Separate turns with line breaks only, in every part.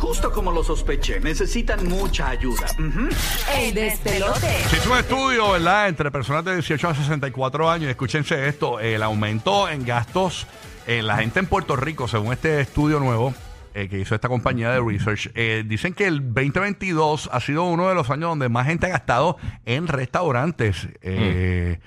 Justo como lo sospeché, necesitan mucha ayuda. Ujú.
El
este,
despelote.
Se hizo un estudio, ¿verdad?, entre personas de 18 a 64 años. Escúchense esto: el aumento en gastos en la gente en Puerto Rico, según este estudio nuevo eh, que hizo esta compañía de research. eh, dicen que el 2022 ha sido uno de los años donde más gente ha gastado en restaurantes. Eh,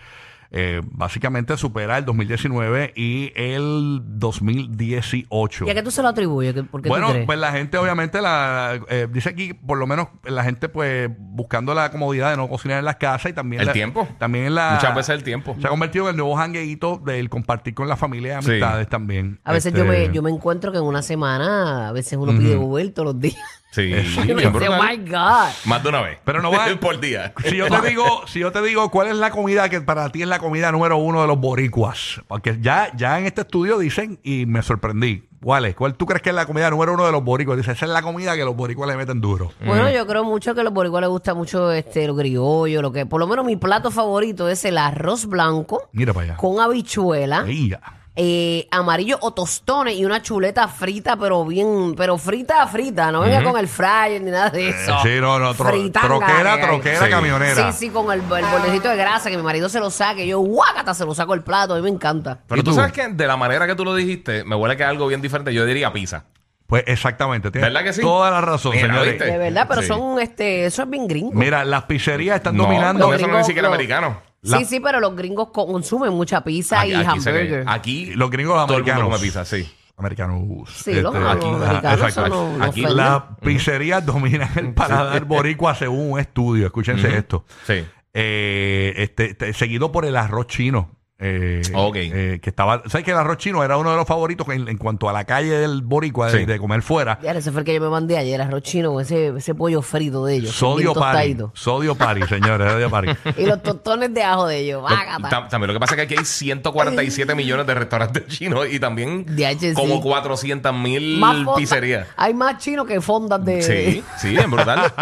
eh, básicamente supera el 2019 y el 2018.
¿Y a qué tú se lo atribuyes? ¿Qué- ¿Por qué
Bueno,
tú crees?
pues la gente obviamente la eh, dice aquí, por lo menos la gente pues buscando la comodidad de no cocinar en las casas y también
El
la-
tiempo.
también en la
Muchas veces el tiempo.
se ha convertido en el nuevo jangueíto del compartir con la familia y
Sí.
amistades también.
a veces yo,
Este,
me, yo me encuentro que en una semana, a veces uno pide Uber todos los días.
Sí,
Y uno
bien
dice, oh
brutal.
my God.
Más de una vez.
Pero no va-
por día.
si yo te digo, si yo te digo cuál es la comida que para ti es la comida número uno de los boricuas, porque ya ya en este estudio dicen y me sorprendí. ¿Cuál es? ¿Cuál tú crees que es la comida número uno de los boricuas? Dice, esa es la comida que los boricuas le meten duro.
Bueno, yo creo mucho que a los boricuas les gusta mucho este, lo criollo, lo que... Por lo menos mi plato favorito es el arroz blanco
Mira para allá.
con habichuela,
Ahí ya.
eh, amarillo o tostones y una chuleta frita, pero bien... Pero frita, frita. No venga con el fryer ni nada de eso.
Eh, Sí, no, no, tro-
Fritanga, eh,
troquera,
que hay.
troquera,
Sí.
camionera.
Sí, sí, con el, el bordecito de grasa, que mi marido se lo saque. Yo, guácata, se lo saco el plato. A mí me encanta.
Pero
¿Y
tú?
tú?
sabes que de la manera que tú lo dijiste, me huele que es algo bien diferente. Yo diría pizza.
Pues exactamente, tienes
¿Verdad que sí?
toda la razón,
Mira,
señores.
¿viste?
De verdad, pero
Sí.
son, este, eso es bien gringo.
Eh, Mira, las pizzerías están
No,
dominando.
no, eso no es
Los
ni siquiera
gringos,
americano.
la-
Sí, sí, pero los gringos co- consumen mucha pizza y
se
hamburger.
cree. aquí
Los gringos
todo el mundo
americanos.
come pizza, sí.
Americanos.
Sí, los americanos
la-
son
este, ah, exacto.
los-
los
Aquí
felices.
las pizzerías dominan el paladar boricua según un estudio. Escúchense esto.
Sí.
Eh, este, este, seguido por el arroz chino. eh,
Ok.
eh, que estaba, ¿sabes que el arroz chino era uno de los favoritos en, en cuanto a la calle del boricua de,
Sí.
de comer fuera?
Ya, ese fue el que yo me mandé ayer, arroz chino, con ese, ese pollo frito de ellos. bien
Sodio pari.
tostadito.
Sodio pari, señores. Sodio pari.
Y los tostones de ajo de ellos.
Lo-
Guácata.
tam- también lo que pasa es que aquí hay 147 millones de restaurantes chinos y también
DHC.
como 400 mil
Más fonda-
pizzerías.
Hay más chinos que fondas de...
Sí, sí, bien brutal.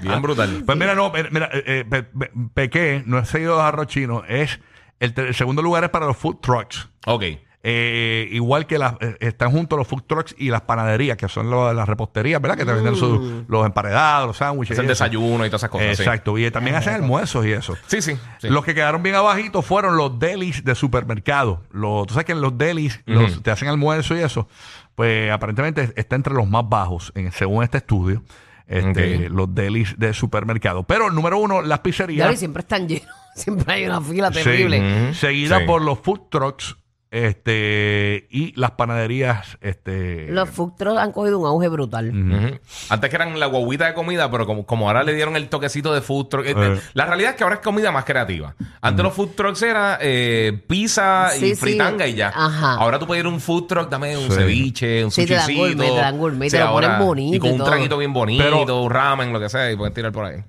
bien brutal.
Pues mira, no, mira, mira, eh, eh, pe- pe- pequé, no he seguido los arroz chinos, es el, ter- el segundo lugar es para los food trucks.
Ok.
Eh, igual que las, eh, están juntos los food trucks y las panaderías, que son lo- las reposterías, ¿verdad? Que te venden sus- los emparedados, los sándwiches.
Es el
y eso.
desayuno y todas esas cosas. sí.
Exacto, y también hacen almuerzos y eso.
Sí, sí. sí.
Los que quedaron bien abajito fueron los delis de supermercado. Los, tú sabes que en los delis los- te hacen almuerzo y eso. Pues aparentemente está entre los más bajos, en- según este estudio. Este,
Ok.
Los delis de supermercado. Pero número uno, las
Ya, y
pizzerías.
siempre están llenos. Siempre hay una fila
Sí.
terrible.
Ujú.
Seguida
Sí.
por los food trucks este, y las panaderías. Este,
Los food trucks han cogido un auge brutal.
Ujú. Antes que eran la guaguita de comida, pero como, como ahora le dieron el toquecito de food truck. eh,
Eh.
La realidad es que ahora es comida más creativa. Antes los food trucks era eh, pizza
Sí, sí.
y fritanga y ya.
Ajá.
Ahora tú puedes ir a un food truck, dame un
Sí.
ceviche, un
Sí, te dan
sushicito.
gourmet, te dan gourmet,
Sí,
te lo ponen
ahora-
bonito
Y con
y
un
todo.
traguito bien bonito,
Pero-
un ramen, lo que sea, y pueden tirar por ahí.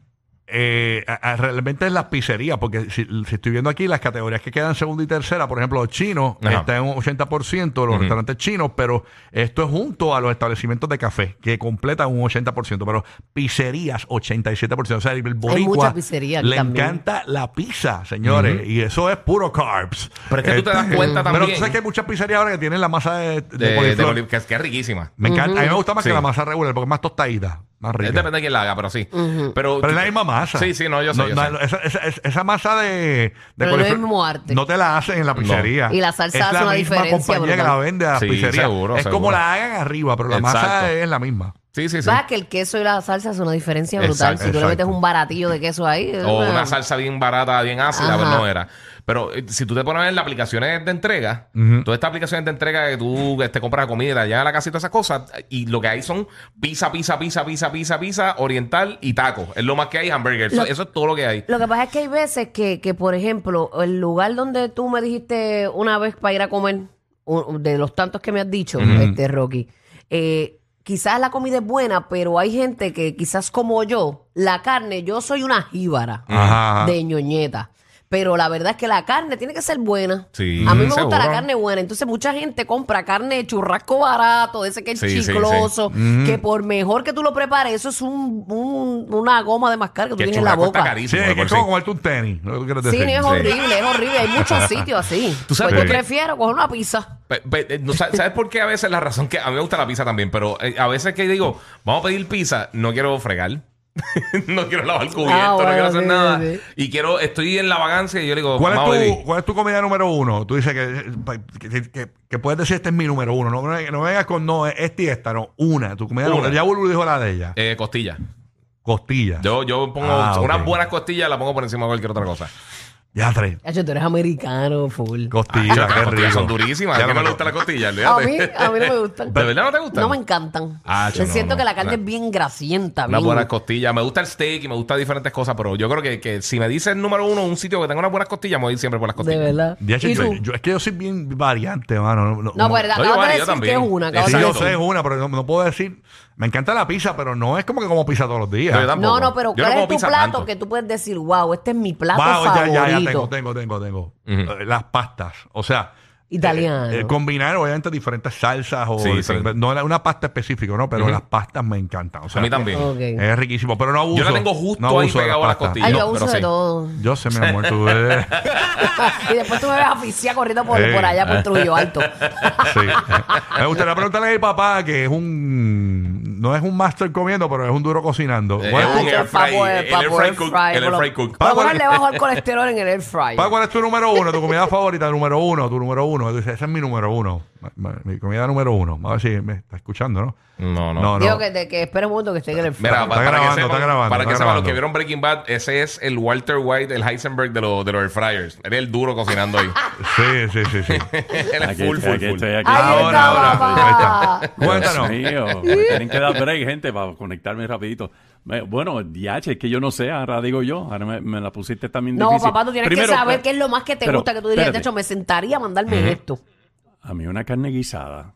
Eh, a- a- realmente es las pizzerías, porque si, si estoy viendo aquí las categorías que quedan segunda y tercera, por ejemplo, los chinos
Ajá.
está en un 80%, los restaurantes chinos, pero esto es junto a los establecimientos de café, que completan un 80%, pero pizzerías 87%. O sea, el boricua
mucha pizzería aquí
le
también.
encanta la pizza, señores, y eso es puro carbs. Este,
Pero es que tú te das cuenta
Pero tú
también-
sabes que hay muchas pizzerías ahora que tienen la masa de, de
De, de
coliflor.
coli- que, es- que es riquísima.
Me encanta, a mí me gusta más
Sí.
que la masa regular, porque es más tostadita, más rica.
Depende de quién la haga, pero sí. pero,
Pero es la misma masa.
Sí, sí, no, yo sé. yo sé.
no, esa, esa- esa- esa masa de, de
Pero no es el
coliflor-
mismo arte.
No te la hacen en la pizzería.
Y la salsa
es
hace
la
una
misma
diferencia
compañía que
brutal.
la vende a la
Sí,
pizzería.
seguro,
es
seguro.
como la hagan arriba, pero la masa
Exacto.
es la misma.
sí, sí, sí.
¿Sabes que el queso y la salsa es una diferencia brutal?
Exacto,
si tú le metes
exacto.
un baratillo de queso ahí. es
O una salsa bien barata, bien ácida,
Ajá.
pero no era. Pero eh, si tú te pones en las aplicaciones de entrega, todas estas aplicaciones de entrega que tú te compras comida, ya a la casa y todas esas cosas, y lo que hay son pizza, pizza, pizza, pizza, pizza, pizza, oriental y tacos. Es lo más que hay, hamburger. Eso,
Lo-
eso es todo lo que hay.
Lo que pasa es que hay veces que, que, por ejemplo, el lugar donde tú me dijiste una vez para ir a comer, u- de los tantos que me has dicho, este Rocky, eh, quizás la comida es buena, pero hay gente que quizás como yo, la carne, yo soy una jíbara
Ajá.
de ñoñeta. Pero la verdad es que la carne tiene que ser buena.
Sí,
a mí me
seguro.
gusta la carne buena. Entonces mucha gente compra carne de churrasco barato, de ese que es
Sí, sí, sí.
chicloso, que por mejor que tú lo prepares, eso es un, un- una goma de mascar que tú
Que el
tienes en la
churrasco está
boca.
Sí,
carísimo. de
es que
por
es
sí.
como comerte un tenis. lo que tú quieres
Sí,
decir.
es horrible, es horrible. Hay muchos sitios así.
¿Tú sabes
Pues
por
yo
qué?
prefiero coger una pizza.
Pe- pe- eh, no, sa- ¿Sabes por qué a veces la razón que a mí me gusta la pizza también? Pero eh, a veces que digo, vamos a pedir pizza, no quiero fregar. no quiero lavar cubierto,
Ah,
no
bueno,
quiero hacer
sí,
nada.
sí, sí.
Y quiero, estoy en la vagancia y yo le digo,
¿Cuál
vamos a
es,
pedir.
tu, ¿Cuál es tu comida número uno? Tú dices que, que, que- que puedes decir, este es mi número uno. No, no, no vengas con no, esta y esta, no. Una, tu comida
Una.
número- Ya Bulu dijo la de ella.
Eh, costilla.
Costillas.
Yo, yo pongo
Ah,
unas
ok.
buenas costillas, las pongo por encima de cualquier otra cosa.
Ya tres.
Cacho, tú eres americano, full.
Costillas,
Ah,
qué
las
rico.
costillas son durísimas.
Ya
a mí
no
me
me-
gusta la costilla,
A
olvídate.
mí, a mí no me gustan.
¿De verdad no te gustan?
No me encantan.
Ah,
Yo
cho, no,
siento
no.
que la carne
La-
es bien grasienta.
Unas
bien.
buenas costillas. Me gusta el steak y me gusta diferentes cosas, pero yo creo que, que si me dices número uno, un sitio que tenga unas buenas costillas, me voy a ir siempre por las
De
costillas.
verdad.
Ya,
¿Y
yo-
tú?
yo- es que yo soy bien variante, mano.
no, pues
yo
acabas de
varía
decir
también.
que es una. acabas
Sí,
de
yo
Exacto.
decir.
sé, es una, pero no, no puedo decir. Me encanta la pizza, pero no es como que como pizza todos los días.
Yo tampoco.
No, no, pero
Yo no
¿cuál
como
es tu
pizza
plato
tanto.
que tú puedes decir, wow, este es mi plato
Wow, ya,
favorito?
ya, ya tengo, tengo, tengo, tengo.
Ujú.
Eh, las pastas. O sea.
Italiano.
eh, eh, combinar obviamente diferentes salsas o
Sí,
diferentes-
sí.
no era una pasta específica, ¿no? Pero
Ujú.
las pastas me encantan. O sea,
A mí también.
Ok.
Es riquísimo, pero no abuso.
Yo la tengo justo
no
ahí
abuso de
pegado a las
pastas.
costillas.
Ay, yo
pero
abuso
sí.
de todo.
Yo sé, mi amor, tú eres-
y después tú me ves asfixia corriendo por,
Ey.
por allá, por Trujillo Alto.
Sí. Me gustaría preguntarle a mi papá, que es un. No es un master comiendo, pero es un duro cocinando.
Eh,
Ah,
¿Cuál es
es
tu-
un air
Para
fry,
poder-
el
para
air
poder
fry cook,
fry,
el air
por lo-
fry cook.
Para ponerle bajo el colesterol en el air fryer.
Papá, ¿cuál es tu número uno? ¿Tu comida favorita? Número uno, tu número uno. Tú dices, ese es mi número uno. Ma- ma- Mi comida número uno. A ver si me está escuchando, ¿no?
No, no.
No, no.
Digo que, te- que espera un momento que esté en el air
Mira,
fryer.
Está
para, para
grabando,
que sepan,
está grabando,
para que
está
sepan los
grabando.
que vieron Breaking Bad, ese es el Walter White, el Heisenberg de, los de los air fryers. Era el duro cocinando ahí.
Sí, sí, sí, sí.
Él es
Aquí,
full, full,
estoy, aquí
full.
estoy, aquí
Ahí
estoy.
está,
Ahora, ahora.
papá.
Ahí está.
Dios
Cuéntanos.
mío, me tienen que dar break, gente, para conectarme rapidito. Me- Bueno, DH, es que yo no sé, ahora digo yo, ahora me, me la pusiste también
No,
difícil.
papá, tú tienes
Primero,
que saber
pe-
qué es lo más que te
pero,
gusta que tú dirías. De
espérate,
hecho, me sentaría a mandarme esto.
A mí una carne guisada,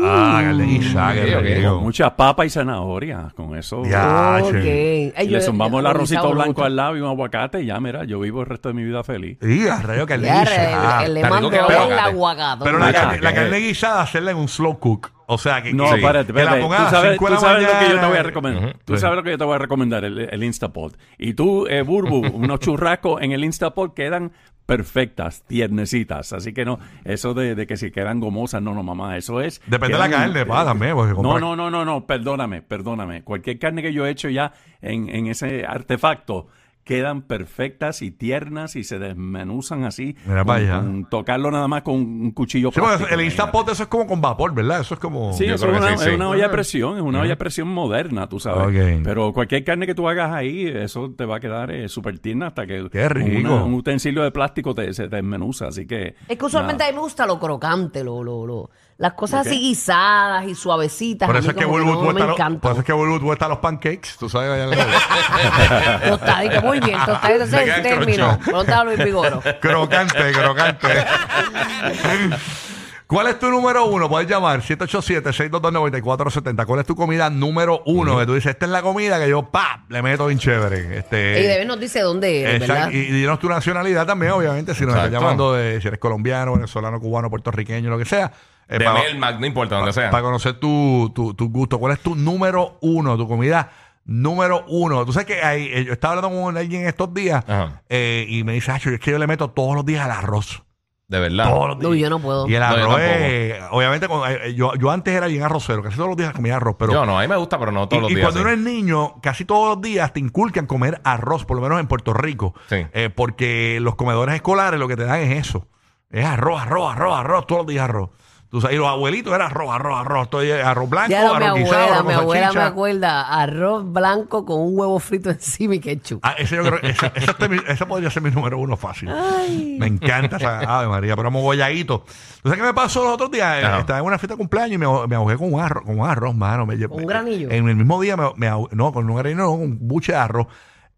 Ah, que le guisa, que
Ok, ok.
le
con muchas papas y zanahorias, con eso.
Ya. Ah,
Ok.
che.
Ay,
Y le
yo-
zumbamos el
yo-
arrocito
guisado me
blanco
gusta.
al lado y un aguacate, y ya, mira, yo vivo el resto de mi vida feliz.
Y a rayo Ah, que le
Ya,
guisa.
el- el- Le
está rico
mando
que
el
aguacate.
aguacado.
Pero la,
Macha,
carne, la
que-
carne guisada, hacerla en un slow cook. O sea, que,
No,
que-
espérate,
que la
espérate.
pongas
Tú
a las
sabes,
5 de
tú
la
sabes
mañana. eh.
lo que yo te voy a recomendar. Tú
Sí.
sabes lo que yo te voy a recomendar, el, el Instapot. Y tú, eh, Burbu, unos churrascos en el Instapot quedan perfectas, tiernecitas. Así que no, eso de, de que si quedan gomosas, no, no, mamá, eso es...
Depende de la
quedan- eh,
carne, pa, también, porque
No,
comprar-
no, no, no, no, perdóname, perdóname. Cualquier carne que yo he hecho ya en, en ese artefacto quedan perfectas y tiernas y se desmenuzan así.
Mira
con-
pa' allá.
con tocarlo nada más con un cuchillo
Sí, porque
plástico,
el
imagínate.
Instapot eso es como con vapor, ¿verdad? Eso es como...
Sí,
Yo
eso
creo
es
que
una,
sí, sí.
es una olla de presión, es una olla de presión moderna, tú sabes.
Ok.
Pero cualquier carne que tú hagas ahí, eso te va a quedar eh, súper tierna hasta que
Qué
con una-
rico.
un utensilio de plástico te, se te desmenuza. Así que.
Es que usualmente
nada.
a mí me gusta lo crocante, lo, lo, lo- las cosas
¿Lo qué?
así guisadas y suavecitas.
Por
a
eso,
mí
es que
como que
Bulbul
no me
tuesta lo- por
encanta.
eso es que Bulbul tuesta los pancakes, tú sabes. allá en la-
Tostadito, muy bien, tostadito.
Me
Ese es
quedan
el término.
crochón.
Pregúntale a Luis Vigoro.
crocante, crocante. ¿Cuál es tu número uno? Puedes llamar 787-622-9470. ¿Cuál es tu comida número uno? Que tú dices, esta es la comida que yo, pa, le meto bien chévere. Este,
Y Debes nos dice dónde eres,
Exacto.
¿verdad?
Y, y dinos tu nacionalidad también, obviamente, si nos estás
Exacto.
llamando de si eres colombiano, venezolano, cubano, puertorriqueño, lo que sea. eh,
De
pa-
Melmac, no importa, donde sea.
Para conocer tu, tu, tu gusto. ¿Cuál es tu número uno? Tu comida número uno. Tú sabes que hay- eh, yo estaba hablando con alguien estos días
Ajá.
eh, y me dice, "Acho, es que yo le meto todos los días al arroz.
De verdad.
Todos los días.
No, yo no puedo.
Y el
Ah. No, yo
arroz,
tampoco.
eh, obviamente, cuando- eh, yo, yo antes era bien arrocero, casi todos los días comía arroz, pero...
Yo no, a mí me gusta, pero no
y,
todos los
y
días.
cuando
sí.
uno es niño, casi todos los días te inculcan comer arroz, por lo menos en Puerto Rico.
Sí.
Eh, porque los comedores escolares lo que te dan es eso. Es arroz, arroz, arroz, arroz, todos los días arroz. Tú sabes, y los abuelitos eran arroz, arroz, arroz, todo, eh, arroz blanco,
Ya lo, mi
arroz guisado,
abuela,
arroz
mi
con
abuela me
salchicha.
acuerda. Arroz blanco con un huevo frito encima y ketchup.
Ah, ese yo creo, ese, ese es mi- ese podría ser mi número uno fácil. Me encanta esa ave María, pero vamos bolladito. ¿Tú sabes qué me pasó los otros días? Eh,
Ajá.
Estaba en una fiesta de cumpleaños y me, ahogué- me ahogué con un arroz, con un arroz, mano. Me, lle-
¿Con un granillo?
En el mismo día, me, me ahogué- no, con un granillo, no, con un buche de arroz.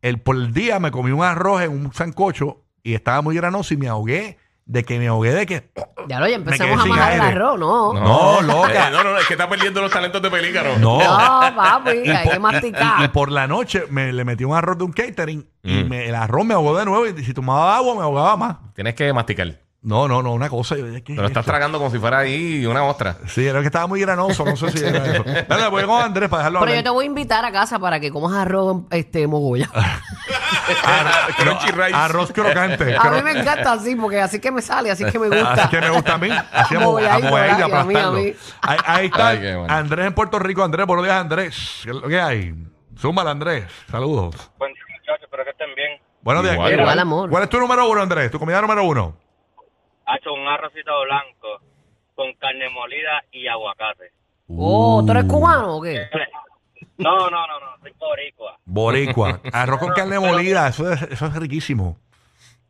El, por el día me comí un arroz en un sancocho y estaba muy granoso y me ahogué de que me ahogué, de que.
Ya lo, ya
me quedé
empezamos a
sin
bajar el
aire.
arroz, ¿no? No,
No, loca.
Eh, no, no, no, es que está perdiendo los talentos de pelícano.
No.
papi, hay que
Y, y
masticar.
por la noche me le metí un arroz de un catering y me- el arroz me ahogó de nuevo. Y si tomaba agua, me ahogaba más.
Tienes que masticar.
No, no, no, una cosa. Yo, ¿qué es
Pero estás
esto?
tragando como si fuera ahí una ostra.
Sí, era que estaba muy granoso, no sé si era eso. Dale, voy con Andrés para dejarlo
Pero yo
hablar.
te voy a invitar a casa para que comas arroz este mogolla.
Arroz-
Crunchy rice.
Arroz crocante.
A mí
cro-
me encanta así, porque así que me sale, así que me gusta.
Así que me gusta a mí. Así a mo- a
Mogollado,
mover y
a mí, a
aplastarlo.
mí.
Ahí, ahí está
Ay, qué bueno.
Andrés en Puerto Rico. Andrés, buenos días, Andrés. ¿Qué es lo que hay? Súmala, Andrés. Saludos.
Buen día, muchachos, espero que estén bien.
Buenos días.
Igual,
¿Cuál-
igual, amor.
¿Cuál es tu número uno, Andrés? ¿Tu comida número uno?
Ha hecho un arrocito blanco con carne molida y aguacate.
Oh, ¿tú eres
Uh.
cubano o qué?
No, no, no, no, soy boricua.
Boricua. Arroz con carne molida. Eso es, eso es riquísimo.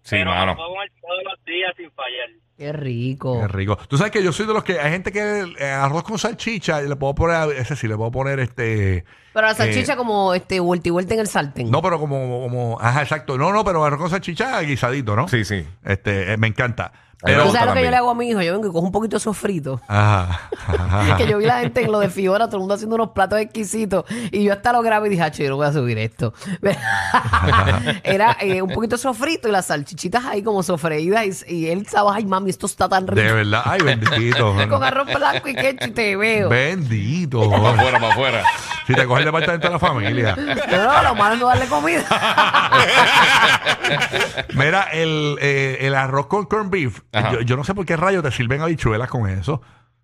Sí,
pero
mano.
lo puedo comer todos los días sin fallar.
Qué rico.
Qué rico. Tú sabes que yo soy de los que hay gente que eh, arroz con salchicha y le puedo poner, ese sí, le puedo poner este.
Pero la
eh,
salchicha como este vuelta y vuelta en el sartén.
No, pero como, como, ajá, exacto. No, no, pero arroz con salchicha guisadito, ¿no?
Sí, sí.
Este, eh, me encanta.
Ahí
Pero-
¿Tú
me gusta
sabes lo que
también.
yo le hago a mi hijo? Yo vengo y cojo un poquito de sofrito.
Ajá, ajá.
que yo vi la gente en lo de Fiora, todo el mundo haciendo unos platos exquisitos. Y yo hasta lo grabé y dije, "Ah, che, yo no voy a subir esto. Era eh, un poquito de sofrito y las salchichitas ahí como sofreídas. Y, y él estaba, ay, mami, esto está tan
De
rico.
verdad. Ay, bendito.
Con arroz blanco y ketchup te veo.
bendito.
Para afuera, para afuera.
Si te coges el departamento de la familia.
Pero no, lo malo es no darle comida.
Mira, el, eh, el arroz con corn beef,
Ajá.
yo, yo no sé por qué rayos te sirven habichuelas con eso.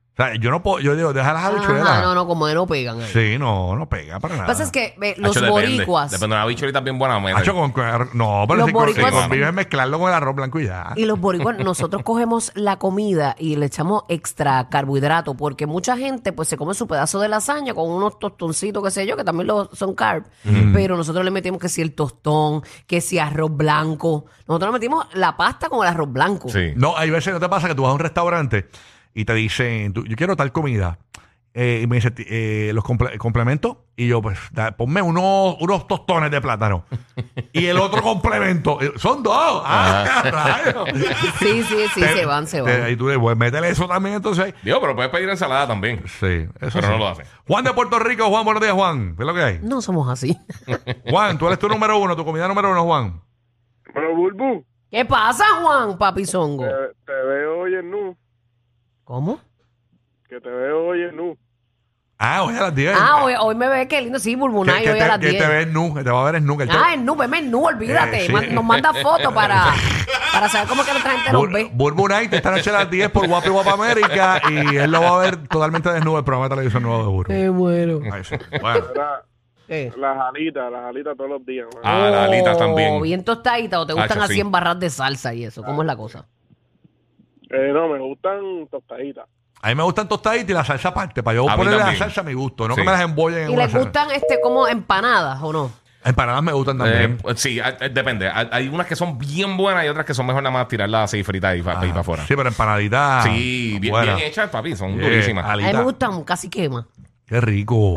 O sea, yo no puedo, yo digo, deja las habichuelas.
Ajá, no, no, como que no pegan ahí.
Sí, Ah, no, no pega para
Lo
nada.
que pasa es que ve, los
Hacho, depende.
boricuas
Depende, una bichuelita bien buena. mira.
Hacho, con- con arroz- no, pero
Los
si con, si
boricuas-
corn beef es mezclarlo con el arroz blanco y ya.
y los boricuas, nosotros cogemos la comida y le echamos extra carbohidrato, porque mucha gente pues se come su pedazo de lasaña con unos tostoncitos, qué sé yo, que también lo- son carb, pero nosotros le metimos que si el tostón, que si arroz blanco, nosotros le metimos la pasta con el arroz blanco.
Sí.
No, hay veces no te pasa que tú vas a un restaurante y te dicen, tú- yo quiero tal comida. Eh, y me dice, "Ti- eh, los comple- complementos. Y yo, pues, da- ponme unos, unos tostones de plátano. y el otro complemento. eh, Son dos. Ah, rayos.
Sí, sí, sí, se van, se
te-
van.
y tú le pues, métele eso también, entonces.
Digo, pero puedes pedir ensalada también.
Sí, eso
Pero no
sí.
lo hacen.
Juan de Puerto Rico, Juan, buenos días, Juan. ¿Qué es lo que hay?
No somos así.
Juan, tú eres tu número uno, tu comida número uno, Juan.
Pero Bulbu,
¿Qué pasa, Juan, papizongo?
te, te veo hoy en nu,
¿Cómo?
que te veo hoy en nu.
Ah, hoy a las 10.
Ah, hoy, hoy me ve, qué lindo, sí,
que,
Bulbunay,
que
hoy
te,
a las
que
10.
te ves nu, que te va a ver es nu. que el
Ah,
te-
en nu, veme en nu, olvídate.
Eh, sí.
Man- Nos manda fotos para, para saber cómo es que nuestra gente nos
Bur-
ve.
Burbu Night esta noche a las 10 por Guapo y Guapa América y él lo va a ver totalmente desnudo el programa de televisión nuevo de Burbu.
Qué bueno.
Ay, sí. Bueno,
Era
¿Qué?
las alitas, las alitas todos los días. man.
Ah, las alitas también.
Oh, Bien tostaditas o te gustan
Hacho,
así
sí.
en barras de salsa y eso. ¿Cómo es la cosa?
Eh, no, me gustan tostaditas.
a mí me gustan tostaditas y la salsa aparte, para yo
A mí
ponerle la
también.
salsa a mi gusto, no
Sí.
que me las embollen en
¿Y
una
les
salsa.
gustan este como empanadas o no?
Empanadas me gustan también.
Eh, sí, a- a- depende. Hay, hay unas que son bien buenas y otras que son mejor nada más tirarlas así fritas y para
Ah,
afuera.
Sí, Ah, pero empanaditas.
Sí, bien,
buenas.
bien hechas, papi. Son
Yeah,
durísimas.
A mí me
alitas.
gustan casi quema.
Qué rico.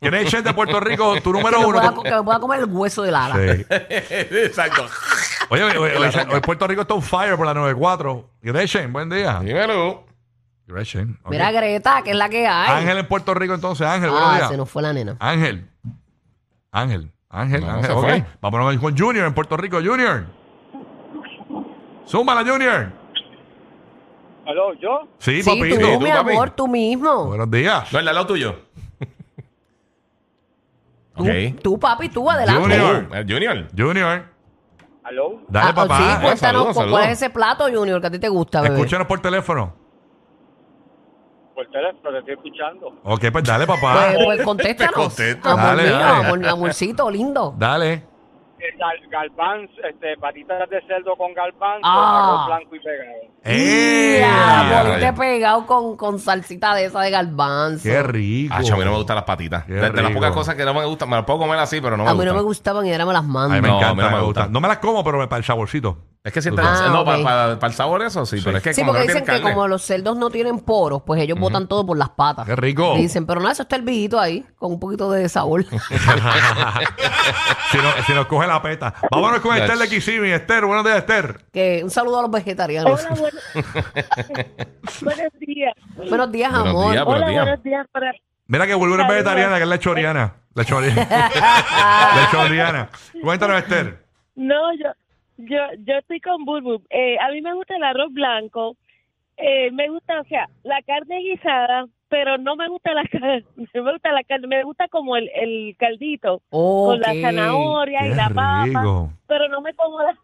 ¿Quién es el chef de Puerto Rico? Tu
Que
número
me,
uno.
pueda,
tu-
que me pueda comer el hueso del ala.
Sí.
Exacto.
Oye, oye, oye, oye, hoy Puerto Rico está on fire por la 94. Gretchen, buen día.
Dímelo.
Gretchen. ok.
Mira Greta, que es la que hay.
Ángel en Puerto Rico entonces. Ángel, buenos
ah,
días.
se nos fue la nena.
Ángel. Ángel. Ángel.
No,
Ángel.
se
ok.
fue.
Vámonos con Junior en Puerto Rico. Junior. Súmala, Junior.
¿Aló, yo?
Sí,
Sí,
papito.
tú,
tú,
mi
papi.
amor, tú mismo.
Buenos días.
No, el de al lado tuyo.
Tú,
ok.
tú, papi, tú, adelante.
Junior.
Oh, el junior.
Junior.
¿Aló?
Dale,
Ah,
papá.
Sí, cuéntanos
saludos,
cu-
saludos.
cuál es ese plato, Junior, que a ti te gusta, bebé.
Escúchanos por teléfono.
Por teléfono, te estoy escuchando.
Ok, pues dale, papá.
Pues, pues contéstanos.
contesta.
Amor
Dale,
mío,
dale.
amor- amorcito lindo.
dale.
Eh, gal- Galbanzo, este, patitas de cerdo con galbanzo,
Ah.
arroz blanco y pegado.
¡Eh!
Ya,
Ya,
ponte
ya.
pegado con, con salsita de esa de garbanzo.
¡Qué rico!
Ah, a mí no me gustan las patitas.
Qué
De, de las
rico.
pocas cosas que no me gustan, me las puedo comer así, pero no me
a mí no
gustan.
me gustaban y ahora me las
A mí
mando.
me
No,
encanta,
a mí no me
me
gusta.
gusta. No me las como, pero me para el saborcito.
Es que siempre.
Ah,
no,
ok.
para, para- para el sabor, eso sí, pero es que
Sí,
como
porque
que no
dicen que
tiene carne.
como los cerdos no tienen poros, pues ellos botan todo por las patas.
¡Qué rico!
Dicen, pero no, eso está el vijito ahí, con un poquito de sabor.
si, nos, si nos coge la peta. Vámonos con
Ya.
Esther de Kisimi. Esther, buenos días, Esther.
que un saludo a los vegetarianos.
Hola, Ah, bueno- buenos días.
Buenos días,
Buenos
amor.
días, buenos
Hola,
días.
buenos días. Para...
Mira que vuelve una
Saludos.
vegetariana, que es la choriana. La choriana. la choriana. Cuéntanos, Esther.
No, yo, yo, yo estoy con Bulbul. Eh, a mí me gusta el arroz blanco. Eh, me gusta, o sea, la carne guisada, pero no me gusta la carne. Me gusta la carne, me gusta como el, el caldito con la
Ok.
zanahoria y
Qué
la papa,
rico.
pero no me como la.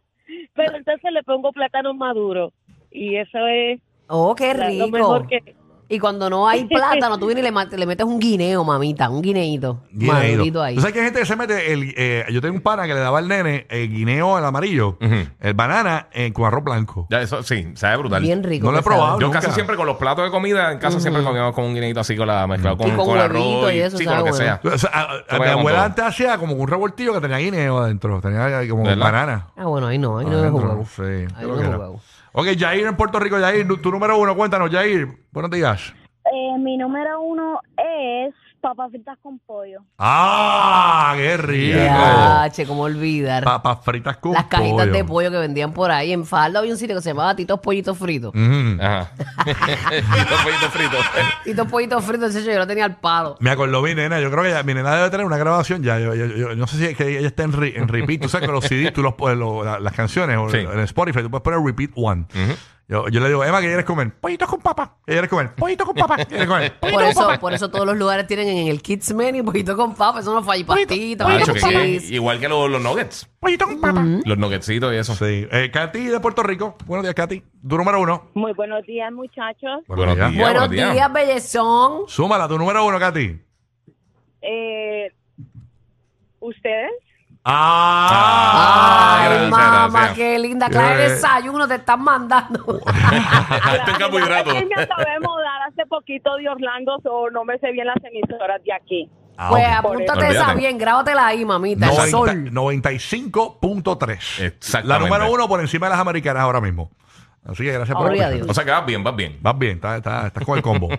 Pero entonces le pongo plátano maduro y eso es
Oh, qué
la-
rico.
lo mejor que.
Y cuando no hay plátano, tú vienes y le, ma- le metes un guineo, mamita, un guineito.
Guineído.
Madurito ahí.
¿Tú sabes que hay gente que se mete el, eh, yo tengo un pana que le daba al nene el guineo el amarillo,
Ujú.
el banana eh, con arroz blanco.
Ya, eso sí, sabe brutal.
Bien rico.
No lo he
que sabe.
probado.
Yo
Nunca.
casi siempre con los platos de comida en casa siempre comíamos con un guineito así con la mezclado con,
Y con huevito
arroz
y eso,
sí, con lo que
sabe bueno.
O sea,
sea.
a- a-
Tú
mi
veas con
abuela
todo.
antes hacía como un revoltillo que tenía guineo adentro, tenía como
¿Verdad?
banana.
Ah, bueno, ahí no, ahí no es
adentro,
huevo.
Sí,
Ahí
creo
no
que
es
era.
huevo.
Ok, Jair en Puerto Rico, Jair, nu- tu número uno, cuéntanos, Jair. Buenos días.
Eh, mi número uno es papas fritas con pollo.
¡Ah! ¡Qué rico!
Ya, che, cómo olvidar.
Papas fritas con
Las cajitas
pollo.
de pollo que vendían por ahí. En Falda había un sitio que se llamaba Titos Pollitos Fritos.
Ujú.
Ajá. Los pollitos fritos.
Titos Pollitos Fritos, ese yo lo tenía al palo.
Me acordó mi nena, yo creo que ya- mi nena debe tener una grabación ya. Yo, yo- yo- no sé si es que ella está en, re- en repeat, tú sabes que los CD, tú los, pues, lo- la- las canciones o
Sí.
en Spotify, tú puedes poner repeat one. yo, yo le digo, Emma, que quieres comer? Pollitos con papa. ¿Qué quieres comer? Pollitos con papa. ¿Qué quieres comer?
Por eso, por eso todos los lugares tienen en el Kids Menu pollito con papa, eso no falla y pastita,
Ah,
pollo
hecho
con
que-
cheese.
igual que los, los nuggets.
Pollitos con papa.
Los nuggetscitos y eso.
Sí. Eh, Katy de Puerto Rico. Buenos días, Katy. Tu número uno.
Muy buenos días, muchachos.
Buenos días.
Buenos
buenos días.
días, bellezón.
Súmala, tu número uno, Katy.
Eh, ¿Ustedes?
¡Ah!
Ay,
gracias,
mamá,
gracias.
qué linda. Claro,
Eh.
el desayuno te están mandando. Ah,
Esto es Ah, carbohidrato.
Es que me acabé de mudar hace poquito de Orlando, o no me sé bien las emisoras de aquí.
Ah,
pues
ok.
apúntate
Olvídate.
esa bien, grábatela ahí, mamita. el
90
sol.
95.3. La
Exactamente.
número uno por encima de las americanas ahora mismo. Así que gracias por
Gloria a
escuchar.
Dios.
O sea que vas bien, vas bien.
Vas bien, estás estás- estás con el combo.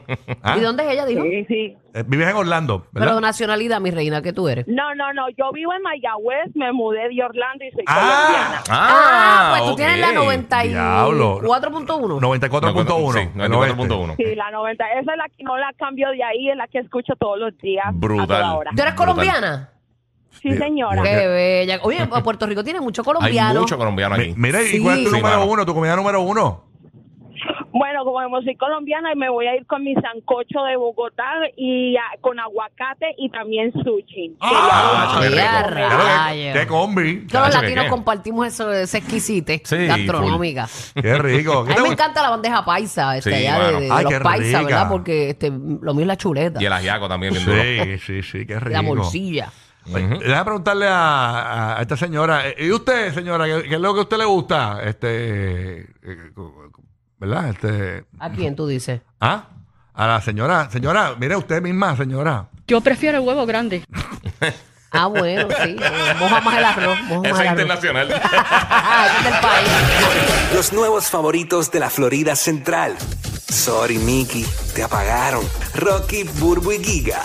¿Ah?
¿Y dónde es ella? Dijo.
Sí, sí.
Eh, vives en Orlando,
Pero de
¿verdad?
nacionalidad, mi reina, que tú eres.
No, no, no. Yo vivo en Mayagüez, me mudé de Orlando y soy
Ah,
colombiana.
Ah, pues tú
ok.
tienes la
Diablo.
94.1.
94.1.
Sí, 94.1.
Sí, la 90. Esa es la que no la cambio de ahí, es la que escucho todos los días.
Brutal.
A toda hora.
¿Tú eres
Brutal.
colombiana?
Sí, señora.
Qué bella. Oye, pues, Puerto Rico tiene mucho
Hay
colombiano.
mucho colombiano
Mi-
aquí.
Mira, ¿y
Sí.
cuál es tu
Sí,
número
mano.
uno? ¿Tu comida número uno?
Bueno, como soy colombiana, me voy a ir con mi sancocho de Bogotá y ah, con aguacate y también sushi.
¡Ah!
qué rico.
Ya,
Ya lo que-
rayo.
¡Qué combi!
Todos los
Cacho, que
latinos
qué.
compartimos eso, esa exquisite
Sí,
gastronómica.
¡Qué rico! ¿Qué
A
te
mí me
gusta?
encanta la bandeja paisa, este,
Sí,
allá de- de,
mano.
de
Ay, qué
los paisas,
rica.
¿verdad? Porque este, lo mío es la chuleta,
Y el ajiaco también. bien duro.
Sí, sí, sí, qué rico.
la morcilla.
Oye, Pues, Déjame preguntarle a, a- a esta señora, eh, ¿y usted, señora, qué, qué es lo que a usted le gusta? Este, eh, co- co- ¿verdad? Este,
¿A quién tú dices?
¿ah? A la señora, señora, mire usted misma, señora.
Yo prefiero el huevo grande.
Ah, bueno, sí. eh, Moja más el arroz. Moja más
Esa
el
es
arroz. Ah,
internacional.
Ese es del país.
Los nuevos favoritos de la Florida Central. Sorry, Mickey, te apagaron. Rocky, Burbu y Giga.